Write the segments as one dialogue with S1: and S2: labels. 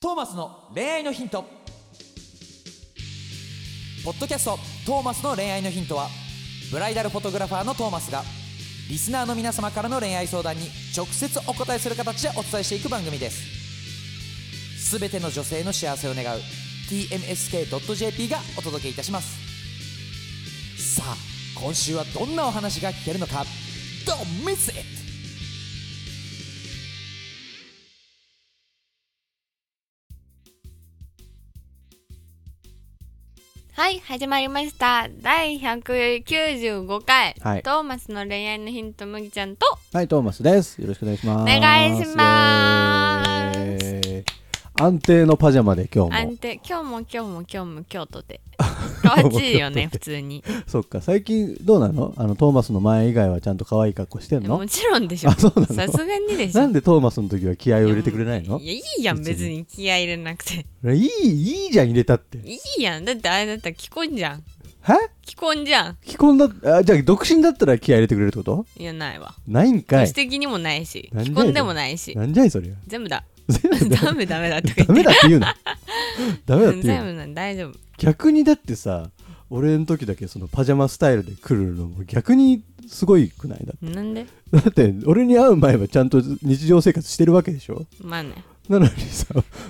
S1: トーマスの恋愛のヒントポッドキャスト「トーマスの恋愛のヒントは」ブライダルフォトグラファーのトーマスがリスナーの皆様からの恋愛相談に直接お答えする形でお伝えしていく番組ですすべての女性の幸せを願う TMSK.jp がお届けいたしますさあ今週はどんなお話が聞けるのか Don't miss it!
S2: はい、始まりました。第195回、
S3: はい
S2: トーマスの恋愛のヒント、麦ちゃんと、
S3: はい、トーマスです。よろしくお願いします。
S2: お願いします
S3: イエーイ安定のパジャマで今日
S2: 安
S3: も。
S2: 定、今日も今日も今日も今日と て。かわちいよね、
S3: 今日
S2: 普通に。
S3: そっか、最近どうなのあの、トーマスの前以外はちゃんと可愛い格好してんの
S2: もちろんでしょ。
S3: あ
S2: さ
S3: そうなの
S2: すがにでしょ。
S3: なんでトーマスの時は気合を入れてくれないの
S2: いや、いいやん、
S3: 別に
S2: 別に気合い入れなくて。
S3: いい、いいじゃん、入れたって。
S2: いいやん、だってあれだったら既婚じゃん。
S3: は
S2: 既婚じゃん。
S3: 既婚だ、あ、じゃあ独身だったら気合入れてくれるってこと
S2: いや、ないわ。
S3: ないん
S2: 保
S3: か
S2: 守
S3: い。
S2: 的にもないし、
S3: なんで
S2: 既婚でもないし、
S3: なんじゃいそ りゃ。
S2: 全部だ。
S3: 全部
S2: ダメダメだとか言っ
S3: ダ
S2: て
S3: メ。だって 言うな。ダメだって言う
S2: 全
S3: な。
S2: 部なん大丈夫。
S3: 逆にだってさ、俺の時だけそのパジャマスタイルで来るのも逆にすごいくないだって
S2: なんで
S3: だって俺に会う前はちゃんと日常生活してるわけでしょ
S2: まあね。
S3: なのにさ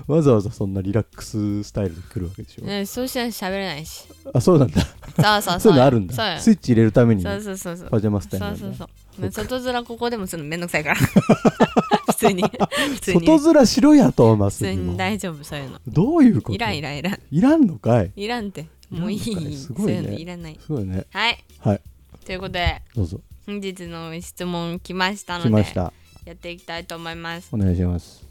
S3: わざわざそんなリラックススタイルで来るわけでしょ、
S2: うんそうしたら喋れないし。
S3: あそうなんだ
S2: そうそうそう。
S3: そういうのあるん
S2: そう
S3: だ
S2: よ
S3: スイッチ入れるために
S2: そうそうそうそう。
S3: パジャマスタイル
S2: そ
S3: な
S2: うんそう
S3: だ
S2: そう。ね外面ここでもするのめんどくさい から。普通に。普通に。
S3: 外面しろやトーマ
S2: 普
S3: ス
S2: 通
S3: にも
S2: に大丈夫、そういうの。
S3: どういうこと
S2: いらんいらんいらん。
S3: いらんのかい
S2: いらんって。もういい。
S3: いらんのかいすごいね
S2: そういうのいらない。
S3: すごいね
S2: はい。
S3: はい
S2: ということで、
S3: どうぞ
S2: 本日の質問来ましたの
S3: 来まし
S2: で、
S3: た
S2: やっていきたいと思います。
S3: お願いします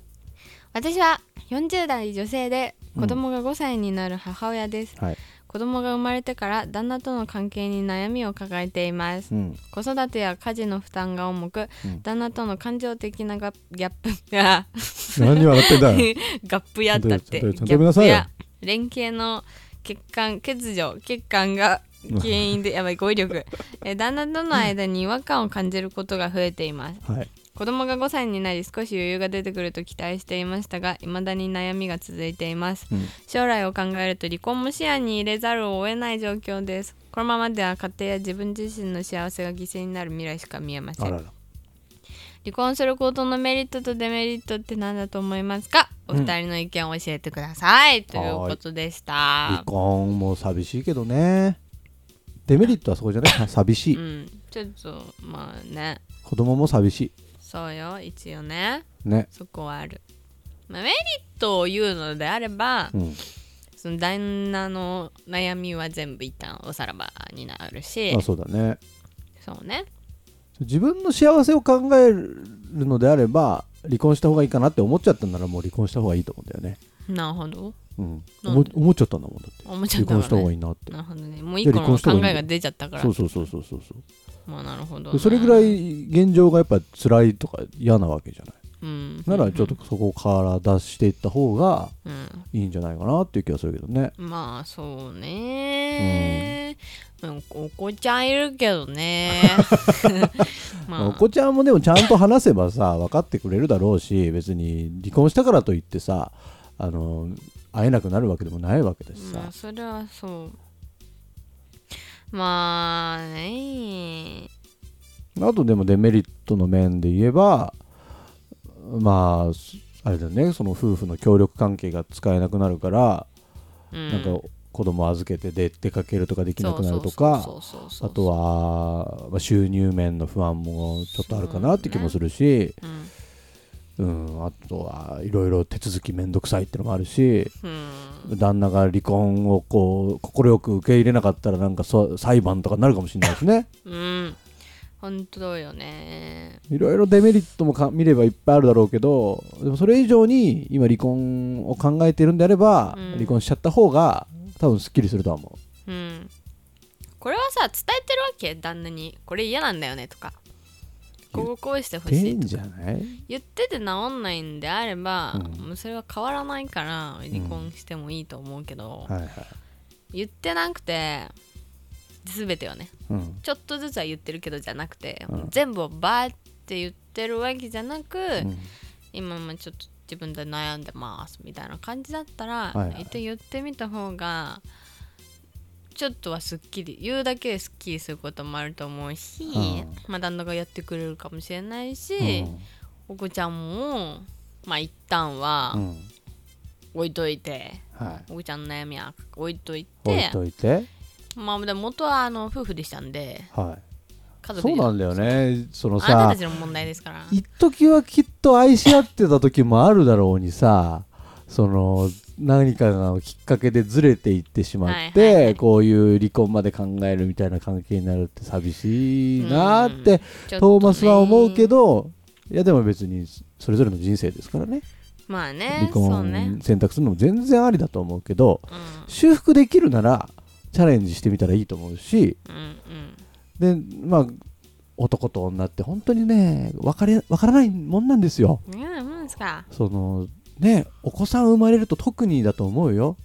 S2: 私は40代女性で、子供が5歳になる母親です。
S3: はい
S2: 子供が生まれてから旦那との関係に悩みを抱えています
S3: う。ん
S2: 子育てや家事の負担が重く、
S3: うん
S2: 旦那との感情的なガギャップや
S3: 何笑ってんだよ
S2: ガップやだって
S3: ちょっとちょっと
S2: ギャ
S3: 止めな
S2: ッ
S3: さ
S2: プ
S3: いよ
S2: や連携の血管欠如血管が原因でやばい語彙力え旦那との間に違和感を感じることが増えています
S3: はい
S2: 子供が5歳になり少し余裕が出てくると期待していましたが未だに悩みが続いています
S3: うん
S2: 将来を考えると離婚も視野に入れざるを得ない状況ですこのままでは家庭や自分自身の幸せが犠牲になる未来しか見えません
S3: あらら
S2: 離婚することのメリットとデメリットって何だと思いますかお二人の意見を教えてください、ということでし
S3: 離
S2: た
S3: 婚も寂しいけどねデメリットはそこじゃな い寂
S2: う
S3: しい
S2: んちょっとまあね
S3: 子供も寂し
S2: そうよ一応ね
S3: いね
S2: そこはある、まあ、メリットを言うのであれば、
S3: うん
S2: その旦那の悩みは全部一旦おさらばになるし
S3: あそうだね
S2: そうね
S3: 自分の幸せを考えるのであれば離婚した方がいいかなって思っちゃったんならもう離婚した方がいいと思うんだよね、
S2: なるほど
S3: うん、
S2: なん
S3: 思
S2: で
S3: 思っちゃったんだもんだって
S2: 思っちゃっ
S3: 離
S2: たから、
S3: 婚
S2: ね、
S3: した方がいいなって
S2: なるほどねもう一個
S3: 離
S2: の
S3: 婚した方
S2: 考
S3: がいいんだ
S2: え
S3: よ
S2: が出ちゃったから
S3: そうそうそうそうそうそう
S2: まあなるほど、
S3: で
S2: ね、
S3: それぐらい現状がやっぱ辛いとか嫌なわけじゃない
S2: うん
S3: ならちょっとそこから脱していった方が
S2: うん
S3: いいんじゃないかなっていう気がするけどね
S2: まあそうねうんお子ちゃんいるけど ねまあ
S3: お子ちゃんもでもちゃんと話せ ばさ分かってくれるだろうし別に離婚したからといってさあの会えなくなるわけでもないわけだしさ
S2: まあ、それはそうまあね
S3: あとでもデメリットの面で言えばまあすあれだねその夫婦の協力関係が使えなくなるから、
S2: うん
S3: なんか子供預けてで出かけるとかできなくなると
S2: そ
S3: か
S2: うそうそうそう
S3: あとは、まあ、収入面の不安もちょっとあるかなって気もするし
S2: うん、
S3: うん、あとはいろいろ手続き面倒くさいってのもあるし
S2: うん
S3: 旦那が離婚をこう快く受け入れなかったらなんかそ裁判とかになるかもしれないしね。
S2: うん、本当よね
S3: いろいろデメリットもか見ればいっぱいあるだろうけどでもそれ以上に今離婚を考えてるんであれば、
S2: うん
S3: 離婚しちゃった方が多分すっきりするとは思
S2: うんこれはさ伝えてるわけ旦那にこれ嫌なんだよねとかこここうしてほ
S3: う。
S2: しい
S3: でんじゃない
S2: 言ってて治んないんであれば、
S3: うん
S2: もうそれは変わらないから離婚してもいいと思うけど、
S3: はいはい。
S2: 言ってなくて全てはね
S3: うん。
S2: ちょっとずつは言ってるけどじゃなくて、
S3: うん
S2: 全部をバーって言ってるわけじゃなく、
S3: うん
S2: 今まあちょっと自分で悩んでますみたいな感じだったら、
S3: はいはい
S2: 一旦言ってみた方がちょっとはすっきり言うだけですっきりすることもあると思うし、
S3: うん
S2: まあ、旦那がやってくれるかもしれないし、
S3: うん
S2: お子ちゃんもまあ一旦は
S3: うん
S2: 置いといて、
S3: はい
S2: お子ちゃんの悩みは置いといて
S3: 置いといて
S2: まあでも元はあの夫婦でしたんで
S3: は
S2: 家
S3: い
S2: 族
S3: そう
S2: で
S3: なんだよねそ
S2: あ
S3: の
S2: なた
S3: さ
S2: たちの問題ですから
S3: 一時はきっと愛し合ってた時もあるだろうにさその何かのきっかけでずれていってしまって、
S2: はいはいはい
S3: こういう離婚まで考えるみたいな関係になるって寂しいなーって
S2: ちょっとね
S3: トーマスは思うけどいやでも別にそれぞれの人生ですからね
S2: まあね
S3: 離
S2: そうね
S3: 婚選択するのも全然ありだと思うけど
S2: う
S3: 修復できるならチャレンジしてみたらいいと思うし
S2: んうんうん
S3: でまあ男と女って本当にね分かれ分からないもんなんですよ。
S2: ねえうんですか
S3: そのねお子さん生まれると特にだと思うよ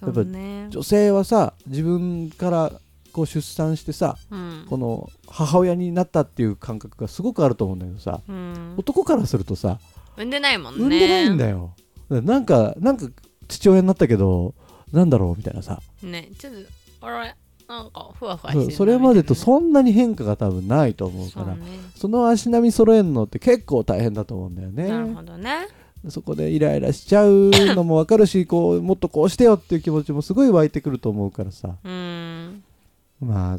S2: そうね
S3: 女性はさ自分からこう出産してさ
S2: うん
S3: この母親になったっていう感覚がすごくあると思うんだけどさ
S2: うん
S3: 男からするとさ
S2: 産んでないもんね
S3: 産んでないんだよ、なんかなんか父親になったけどなんだろうみたいなさ
S2: ねちょっとあれなんかふわふわして
S3: そ
S2: る
S3: う
S2: な
S3: それまでと
S2: みたいな
S3: そんなに変化が多分ないと思うから
S2: そう
S3: そ
S2: ね
S3: の足並み揃えるのって結構大変だと思うんだよね
S2: なるほどね
S3: そこでイライラしちゃ うのも分かるしこうもっとこうしてよっていう気持ちもすごい湧いてくると思うからさ
S2: うん
S3: まあ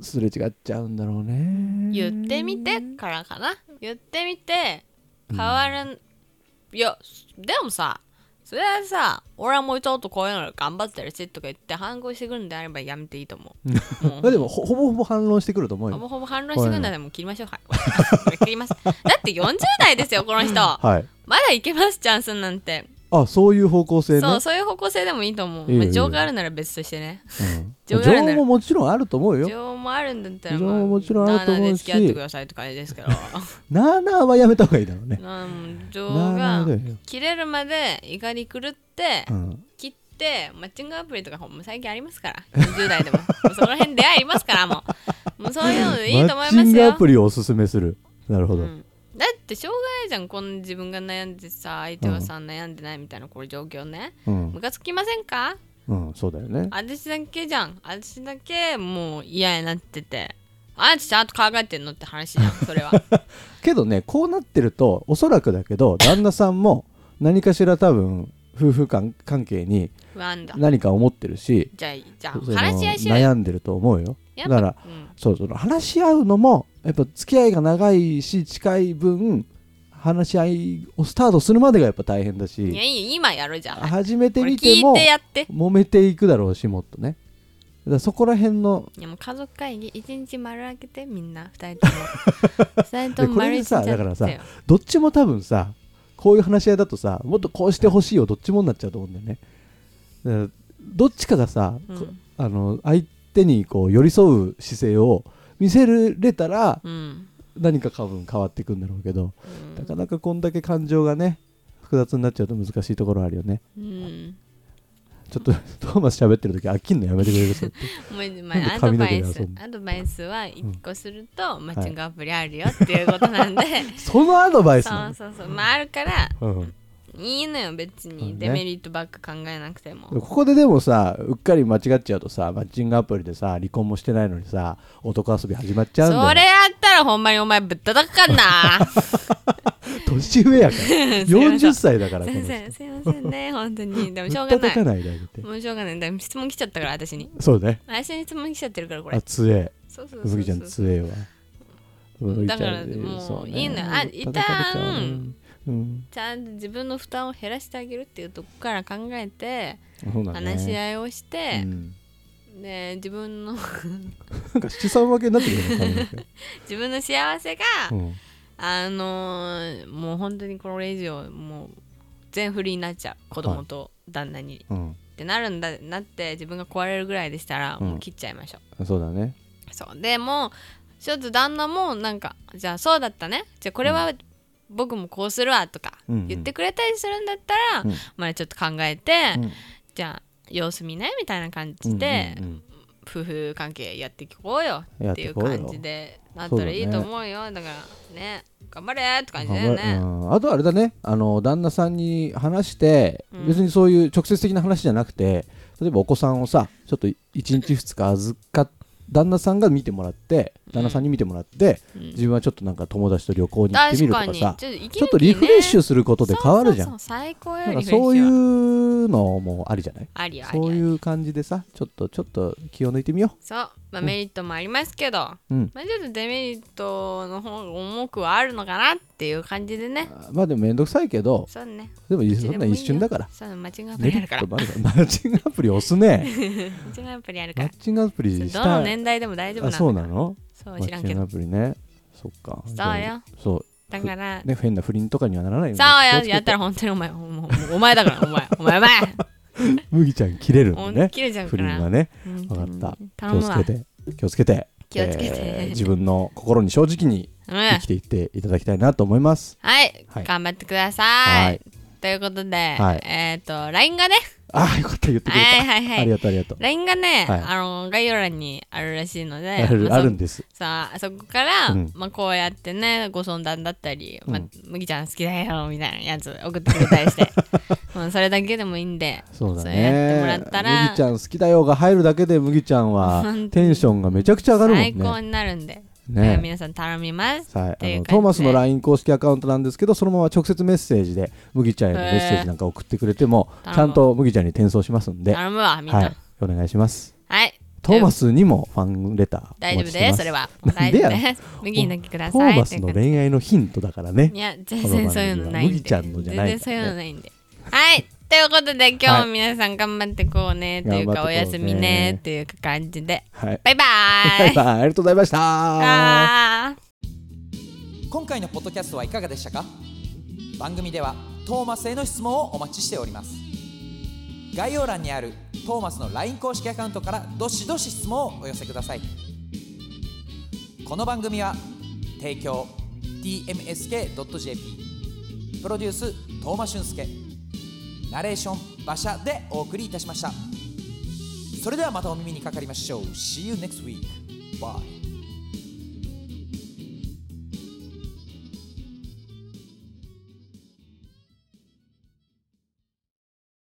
S3: すれ違っちゃうんだろうね
S2: 言ってみてからかな言ってみて変わるん、いやでもさそれはさ俺はもうちょっとこういうの頑張ってるしとか言って反抗してくるんであればやめていいと思 うも
S3: まあ
S2: う
S3: でもほほぼほぼ反論してくると思う
S2: ほぼ
S3: よ
S2: ほぼ反論してくるんだらもう切りましょうはいわかりましたこれ切りますだって40代ですよこの人ま
S3: はい
S2: だいけますチャンスなんて
S3: あそういう方向性ね
S2: そうそういう方向性でもいいと思う
S3: いいよ
S2: まあ
S3: いいよ
S2: 情があるなら別としてね
S3: うん
S2: 情
S3: 情
S2: があるなら
S3: 報ももちろんあると思うよ
S2: 情もあるんだったら
S3: 情ももちろんあると思
S2: ま
S3: うし
S2: あなあなあで付き合ってくださいって感じですけど
S3: なあなあはやめた方がいいだろうね
S2: なあもう情
S3: なあなあ
S2: が
S3: だよ、
S2: 切れるまで怒り狂って、
S3: うん、
S2: 切ってマッチングアプリとかほんま最近ありますから20代で ももうそこら辺出会いありますからもうもうそういうのでいいと思い
S3: マ
S2: ま
S3: ッチン
S2: す
S3: グア
S2: よ、
S3: プリをおすすめするなるほど、
S2: うんだってしょうがないじゃんこんな自分が悩んでさ相手はさ、悩んでないみたいなこれ状況ね
S3: うん
S2: ムカつきませんか
S3: うん、そうだよね
S2: 私だけじゃん私だけもう嫌になっててあんたちゃんと考えてんのって話じゃんそれ は
S3: けどねこうなってるとおそらくだけど旦那さんも何かしら多分夫婦間関係に
S2: 不安だ
S3: 何か思ってるし
S2: じゃあじゃあ
S3: その
S2: 話し合いしようよ
S3: 悩んでると思うよ
S2: やっ
S3: だから
S2: ぱ、うん
S3: そうその話し合うのもやっぱ付き合いが長いし近い分話し合いをスタートするまでがやっぱ大変だ
S2: いや
S3: し
S2: いいよ今やるじゃん
S3: 始めて
S2: これ
S3: み
S2: 聞
S3: て
S2: い
S3: も
S2: てやって
S3: 揉めていくだろうしもっとねだからそこら辺の
S2: いやもう家族会議一日丸開けてみんな二人とも 二人とも
S3: でこれ
S2: 丸
S3: で
S2: 一日
S3: さ
S2: 開けてよ
S3: だからさどっちも多分さこういう話し合いだとさもっとこうしてほしいよどっちもになっちゃうと思うんだよねだからどっちかがさ、
S2: うん
S3: こあの相手にこう寄り添う姿勢を見せれたら
S2: うん
S3: 何か多分変わっていくんだろうけど、
S2: うん
S3: なかなかこんだけ感情がね複雑になっちゃうと難しいところあるよね
S2: うん
S3: ちょっと トーマス喋ってる時飽きんのやめてくれるそうって
S2: もうま
S3: なん
S2: あ
S3: で
S2: アド
S3: 髪の
S2: バ
S3: 毛
S2: イ
S3: で
S2: ス
S3: 遊ぶ
S2: アドバイスは一個すると、マッチングアプリあるよっていうことなんで、
S3: そのアドバイス
S2: そ
S3: な
S2: うそうそうまああるから
S3: の、うん、
S2: いいのよ別に、
S3: うんね
S2: デメリットばっか考えなくても
S3: ここででもさうっかり間違っちゃうとさマッチングアプリでさ離婚もしてないのにさ男遊び始まっちゃうんだよ
S2: それやったらほんまにお前ぶったたくかん な
S3: 年 上やから40歳だから
S2: す
S3: こ
S2: い
S3: の
S2: ま
S3: 人
S2: せんすいませんね本当にでもしょう
S3: ぶ
S2: が
S3: った
S2: な
S3: たか
S2: い
S3: ないであげて
S2: もうしょうがないでも質問来ちゃったから私に
S3: そうね
S2: 私に質問来ちゃってるからこれ
S3: あつえ
S2: そうそうそうそう
S3: 麦ちゃんつえは
S2: だからもういいのよあ
S3: ぶったたかれちゃうねうん
S2: ちゃんと自分の負担を減らしてあげるっていうとこから考えて、
S3: そうだね
S2: 話し合いをし
S3: う
S2: て、
S3: ん
S2: で自分の
S3: なんか七三分けになってくるのか
S2: 自分の幸せが、
S3: なうん
S2: あのーもう本当にこれ以上もう全振りになっちゃう子供と旦那に、
S3: うん
S2: ってなるんだなって自分が壊れるぐらいでしたら、
S3: うん
S2: もう切っちゃいましょ
S3: そうだね
S2: うそうでもうちょっと旦那もなんかじゃあそうだったねじゃあこれは僕もこうするわとか
S3: うんうん
S2: 言ってくれたりするんだったら、
S3: うん
S2: まあちょっと考えて、
S3: うん
S2: じゃあ様子見ねみたいな感じで、
S3: うんうんうん
S2: 夫婦関係やっていこうよ
S3: やっ
S2: ってて
S3: い
S2: い
S3: こ
S2: う
S3: うよ
S2: 感じでなったらいいと思うよだからね頑張れって感じだよ
S3: う
S2: ね
S3: んあとあれだねあの旦那さんに話して、別にそういう直接的な話じゃなくて例えばお子さんをさちょっと1日2日預かっ旦那さんが見てもらって旦那さんに見てもらって、自分はちょっとなんか友達と旅行に行って
S2: 確
S3: みると
S2: か
S3: か
S2: に
S3: さ
S2: ちょっと,、ね、
S3: ちょっとリフレッシュ
S2: ュ
S3: することで変わるじゃん
S2: そうそうそう最高よ
S3: な
S2: リ
S3: ん
S2: フレッ
S3: か
S2: シュ
S3: そうい
S2: は
S3: うのもありじゃない
S2: ありあり
S3: そう
S2: あ
S3: い
S2: り
S3: う感じでさちょっとちょっと気を抜いてみよ
S2: そうまあメリットもありますけど、
S3: ううん
S2: まあちょっとデメリットの方が重くはあるのかなっていう感じでね
S3: あまあでもめんどくさいけど
S2: そうね
S3: でも
S2: どっち
S3: そ
S2: で
S3: ん
S2: も
S3: ない
S2: いよ
S3: 一瞬だから
S2: そう間違いアプ
S3: メ
S2: リ
S3: リ
S2: ある
S3: ッ
S2: から
S3: トもあるからマッチングアプリ押 すね
S2: 間違いアプリあるか
S3: マ
S2: ら
S3: ッチングアプリした
S2: どの年代でも大丈夫な
S3: あ
S2: んだ
S3: そうなの
S2: そ
S3: マ
S2: う知らん
S3: ッチ
S2: け
S3: ング
S2: ど
S3: アプリねそっか
S2: そうよ
S3: そう
S2: だから
S3: ね変な不倫とかにはならないように
S2: さ
S3: 気を
S2: あ
S3: つけて
S2: やったら本当にお前お前お前だからお前お前お 前
S3: 麦ちゃん切れるんで
S2: 本
S3: ね
S2: 気切れちゃう
S3: 不
S2: か
S3: 倫
S2: ら
S3: はね
S2: 分
S3: わかった気
S2: 頼
S3: を
S2: む
S3: つ
S2: わ
S3: けて気をつけて
S2: 気をつけて
S3: えー自分の心に正直に
S2: うん
S3: 生きていっていただきたいなと思います
S2: はい
S3: はい
S2: 頑張ってくださ
S3: はい
S2: いということで
S3: はい
S2: えっと LINE がね
S3: ああよかった言ってくれ
S2: はいはい
S3: た
S2: は
S3: あり
S2: い
S3: がとうありがとう
S2: LINE がね
S3: はい
S2: あの概要欄にあるらしいので
S3: ある
S2: まあ
S3: あ
S2: そ
S3: るんです
S2: さあそこから、
S3: うん
S2: まあ、こうやってねご相談だったり、まあ
S3: うん
S2: 麦ちゃん好きだよみたいなやつ送ってくれたりして もうそれだけでもいいんで
S3: そうだ
S2: れやってもら
S3: ね
S2: ったら
S3: 麦ちゃん好きだよが入るだけで麦ちゃんは
S2: 本当に
S3: テンションがめちゃくちゃ上がるもんね
S2: 最高になるんで、だから
S3: ね
S2: 皆さん頼みます
S3: はい、あ
S2: ていう感
S3: の
S2: じで
S3: トーマスの LINE 公式アカウントなんですけどそのまま直接メッセージで麦ちゃんへのメッセージなんか送ってくれても
S2: へー
S3: ちゃんと麦ちゃんに転送しますんで、
S2: 頼むわみんな
S3: は
S2: はいい、、
S3: お願いしますトーマスにもファンレター
S2: 大丈
S3: お
S2: 夫
S3: 待ちして
S2: で
S3: ます
S2: すそれは
S3: なん
S2: 大
S3: で
S2: 丈
S3: や
S2: 夫
S3: ねん
S2: です麦にだけくだ
S3: ト
S2: さい
S3: ーマスの恋愛のヒントだからね
S2: いや全然そういうのないんで
S3: 麦ちゃんのじゃないからね
S2: 全然そういうのないんではいということで今日
S3: はい
S2: も皆さん頑張ってこうねという
S3: 頑張って
S2: か
S3: こう
S2: お
S3: ね
S2: やすみねという感じで
S3: はい
S2: バイバ
S3: バ
S2: ー
S3: イ
S2: イ
S3: バイありがとうございました
S2: あー
S1: 今回のポッドキャストはいかがでしたか番組ではトーマスへの質問をお待ちしております概要欄にあるトーマスの LINE 公式アカウントからどしどし質問をお寄せくださいこの番組は提供 tmsk.jp プロデューストーマ俊介ナレーション馬車でお送りいたしましたそれではまたお耳にかかりましょう See you next week Bye